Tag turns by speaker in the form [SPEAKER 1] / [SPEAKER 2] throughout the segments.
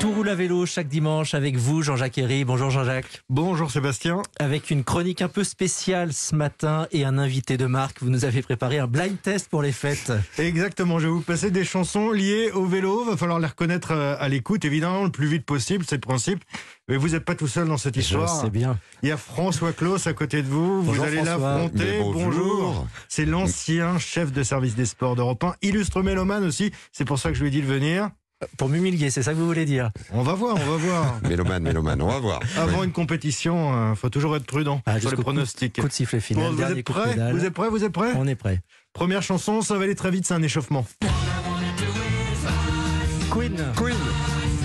[SPEAKER 1] Boule à vélo chaque dimanche avec vous, Jean-Jacques Herry. Bonjour Jean-Jacques.
[SPEAKER 2] Bonjour Sébastien.
[SPEAKER 1] Avec une chronique un peu spéciale ce matin et un invité de marque, vous nous avez préparé un blind test pour les fêtes.
[SPEAKER 2] Exactement, je vais vous passer des chansons liées au vélo. Va falloir les reconnaître euh, à l'écoute, évidemment, le plus vite possible, c'est le principe. Mais vous n'êtes pas tout seul dans cette histoire.
[SPEAKER 1] C'est bien.
[SPEAKER 2] Il y a François Claus à côté de vous.
[SPEAKER 1] Bonjour,
[SPEAKER 2] vous allez
[SPEAKER 1] François.
[SPEAKER 2] l'affronter.
[SPEAKER 3] Mais bonjour.
[SPEAKER 2] C'est l'ancien chef de service des sports d'Europe 1, illustre mélomane aussi. C'est pour ça que je lui ai dit de venir.
[SPEAKER 1] Pour m'humilier, c'est ça que vous voulez dire
[SPEAKER 2] On va voir, on va voir.
[SPEAKER 3] Méloman, méloman, on va voir.
[SPEAKER 2] Avant
[SPEAKER 3] Oui.
[SPEAKER 2] une compétition, il faut toujours être prudent
[SPEAKER 1] Ah,
[SPEAKER 2] sur les
[SPEAKER 1] jusqu'au coup-
[SPEAKER 2] pronostics.
[SPEAKER 1] Coup de sifflet final.
[SPEAKER 2] Bon, vous,
[SPEAKER 1] dernier
[SPEAKER 2] êtes
[SPEAKER 1] coup de
[SPEAKER 2] prêts
[SPEAKER 1] pédale.
[SPEAKER 2] vous êtes prêts Vous êtes prêts
[SPEAKER 1] On est prêt.
[SPEAKER 2] Première chanson, ça va aller très vite, c'est un échauffement.
[SPEAKER 1] Queen,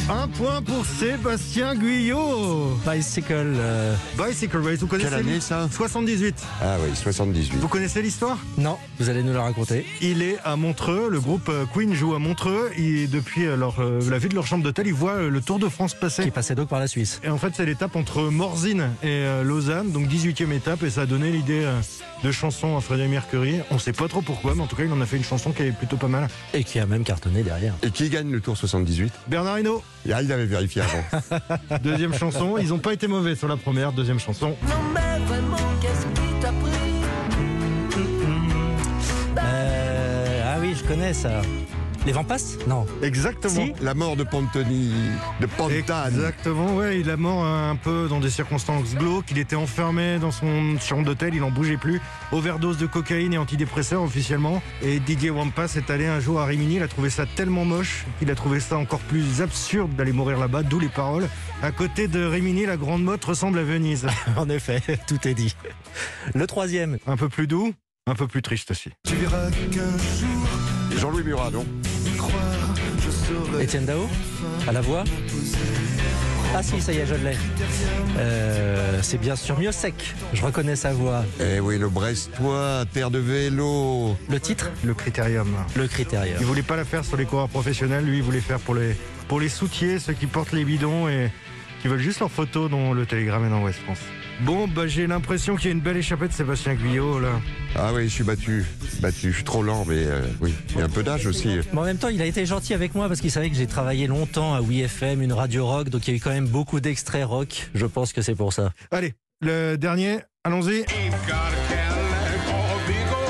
[SPEAKER 2] Un point pour Sébastien Guyot.
[SPEAKER 1] Bicycle, euh,
[SPEAKER 2] Bicycle Race, vous connaissez
[SPEAKER 3] Quelle année ça
[SPEAKER 2] 78.
[SPEAKER 3] Ah oui, 78.
[SPEAKER 2] Vous connaissez l'histoire
[SPEAKER 1] non, vous allez nous la raconter.
[SPEAKER 2] Il est à Montreux, le groupe euh, Queen joue à Montreux et depuis euh, leur, euh, la vue de leur chambre d'hôtel, ils voient euh, le Tour de France
[SPEAKER 1] Qui
[SPEAKER 2] passer.
[SPEAKER 1] passait donc par la Suisse.
[SPEAKER 2] Et en fait, c'est l'étape entre Morzine et euh, Lausanne, donc 18e étape, et ça a donné l'idée euh, de chanson à Freddie Mercury. On sait pas trop pourquoi, mais en tout cas, il en a fait une chanson qui est plutôt pas mal.
[SPEAKER 1] Et qui a même cartonné derrière.
[SPEAKER 3] Et qui gagne le tour 78
[SPEAKER 2] Bernard Hinault,
[SPEAKER 3] Ah, il avait vérifié avant.
[SPEAKER 2] deuxième chanson. Ils ont pas été mauvais sur la première, deuxième chanson.
[SPEAKER 4] Non mais vraiment qu'est-ce qui t'a pris
[SPEAKER 1] Euh, ah oui, je connais ça. Les vents passent Non.
[SPEAKER 2] Exactement.
[SPEAKER 1] Si.
[SPEAKER 3] La mort de Pantoni, de Pantane.
[SPEAKER 2] Exactement, ouais, il a mort euh, un peu dans des circonstances glauques. Il était enfermé dans son chambre d'hôtel, il n'en bougeait plus. Overdose de cocaïne et antidépresseurs officiellement. Et Didier Wampas est allé un jour à Rimini, il a trouvé ça tellement moche qu'il a trouvé ça encore plus absurde d'aller mourir là-bas, d'où les paroles. À côté de Rimini, la Grande Motte ressemble à Venise.
[SPEAKER 1] En effet, tout est dit. Le troisième,
[SPEAKER 2] Un peu plus doux, un peu plus triste aussi.
[SPEAKER 3] Jean-Louis Murat, non
[SPEAKER 1] Étienne Dao, à la voix. Ah si, ça y est, je l'ai. Euh, c'est bien sûr mieux sec. Je reconnais sa voix.
[SPEAKER 3] Eh oui, le Brestois, terre de vélo.
[SPEAKER 1] Le titre,
[SPEAKER 2] Le critérium.
[SPEAKER 1] le critérium.
[SPEAKER 2] Il voulait pas la faire sur les coureurs professionnels, lui il voulait faire pour les, pour les soutiers, ceux qui portent les bidons et qui veulent juste leurs photos dans le Télégramme et dans West France. Bon, bah j'ai l'impression qu'il y a une belle échappée de Sébastien Guyot là.
[SPEAKER 3] Ah oui, je suis battu. Battu, je suis trop lent, mais euh, oui. Et un peu d'âge aussi.
[SPEAKER 1] Mais en même temps, il a été gentil avec moi parce qu'il savait que j'ai travaillé longtemps à WeFM, une radio rock, donc il y a eu quand même beaucoup d'extraits rock. Je pense que c'est pour ça.
[SPEAKER 2] Allez, le dernier, allons-y.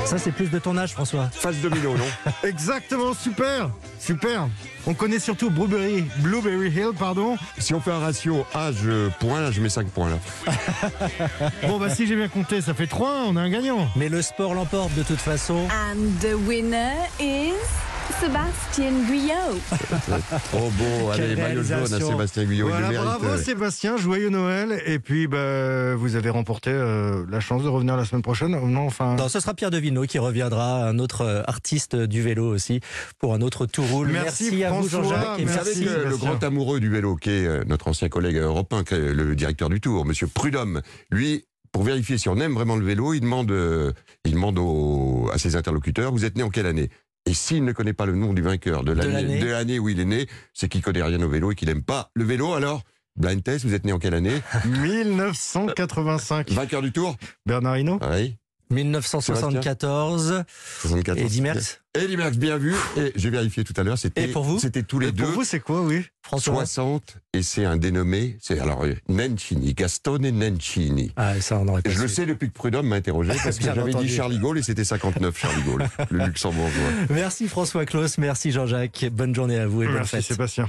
[SPEAKER 1] Ça, c'est plus de ton âge, François.
[SPEAKER 3] Face domino, non
[SPEAKER 2] Exactement, super, super. On connaît surtout Blueberry, Blueberry Hill, pardon.
[SPEAKER 3] Si on fait un ratio âge-point, je mets 5 points là.
[SPEAKER 2] Bon, bah si j'ai bien compté, ça fait 3, on a un gagnant.
[SPEAKER 1] Mais le sport l'emporte de toute façon.
[SPEAKER 5] And the winner is Sébastien Guyot.
[SPEAKER 3] Oh bon, allez,
[SPEAKER 1] Quelle
[SPEAKER 3] maillot jaune à
[SPEAKER 1] réalisation.
[SPEAKER 3] Sébastien Guyot. il
[SPEAKER 2] Voilà,
[SPEAKER 3] le mérite.
[SPEAKER 2] bravo
[SPEAKER 3] euh,
[SPEAKER 2] Sébastien, joyeux Noël. Et puis, bah, vous avez remporté euh, la chance de revenir la semaine prochaine. Non, enfin.
[SPEAKER 1] Non, ce sera Pierre Devineau qui reviendra, un autre euh, artiste du vélo aussi, pour un autre tour roule.
[SPEAKER 2] Merci,
[SPEAKER 1] à vous,
[SPEAKER 2] François.
[SPEAKER 1] Jean-Jacques. et
[SPEAKER 3] Vous
[SPEAKER 2] Merci.
[SPEAKER 3] savez que Euh, le
[SPEAKER 2] Bastien.
[SPEAKER 3] grand amoureux du vélo, qui est euh, notre ancien collègue européen, le directeur du Tour, Monsieur Prudhomme, lui, pour vérifier si on aime vraiment le vélo, il demande, euh, il demande au- à ses interlocuteurs Vous êtes né en quelle année Et s'il ne connaît pas le nom du vainqueur de
[SPEAKER 1] l'année.
[SPEAKER 3] l'année de l'année où il est né, c'est qu'il connaît rien au vélo et qu'il n'aime pas le vélo. Alors, blind test, vous êtes né en quelle année
[SPEAKER 2] 1985.
[SPEAKER 3] Vainqueur du Tour
[SPEAKER 2] Bernard Hinault
[SPEAKER 3] Oui,
[SPEAKER 1] 1974,
[SPEAKER 3] 74.
[SPEAKER 1] Eddy Merckx.
[SPEAKER 3] Eddy Merckx, bien vu. Et j'ai vérifié tout à l'heure,
[SPEAKER 1] Et
[SPEAKER 3] c'était
[SPEAKER 1] pour vous
[SPEAKER 3] c'était tous les
[SPEAKER 2] Et
[SPEAKER 3] deux.
[SPEAKER 2] pour vous, c'est quoi, oui
[SPEAKER 1] François.
[SPEAKER 3] 60, et c'est un dénommé, c'est alors euh, Nencini, Gastone Nencini.
[SPEAKER 1] Ah, ça, on aurait pas
[SPEAKER 3] Je le
[SPEAKER 1] su.
[SPEAKER 3] sais depuis que Prud'homme m'a interrogé parce que
[SPEAKER 1] Bien
[SPEAKER 3] j'avais
[SPEAKER 1] entendu.
[SPEAKER 3] dit Charlie Gaulle et c'était 59 Charlie Gaulle, le luxembourgeois.
[SPEAKER 1] Merci François Claus, merci Jean-Jacques. Bonne journée à vous et bonne
[SPEAKER 2] Merci
[SPEAKER 1] fête.
[SPEAKER 2] Sébastien.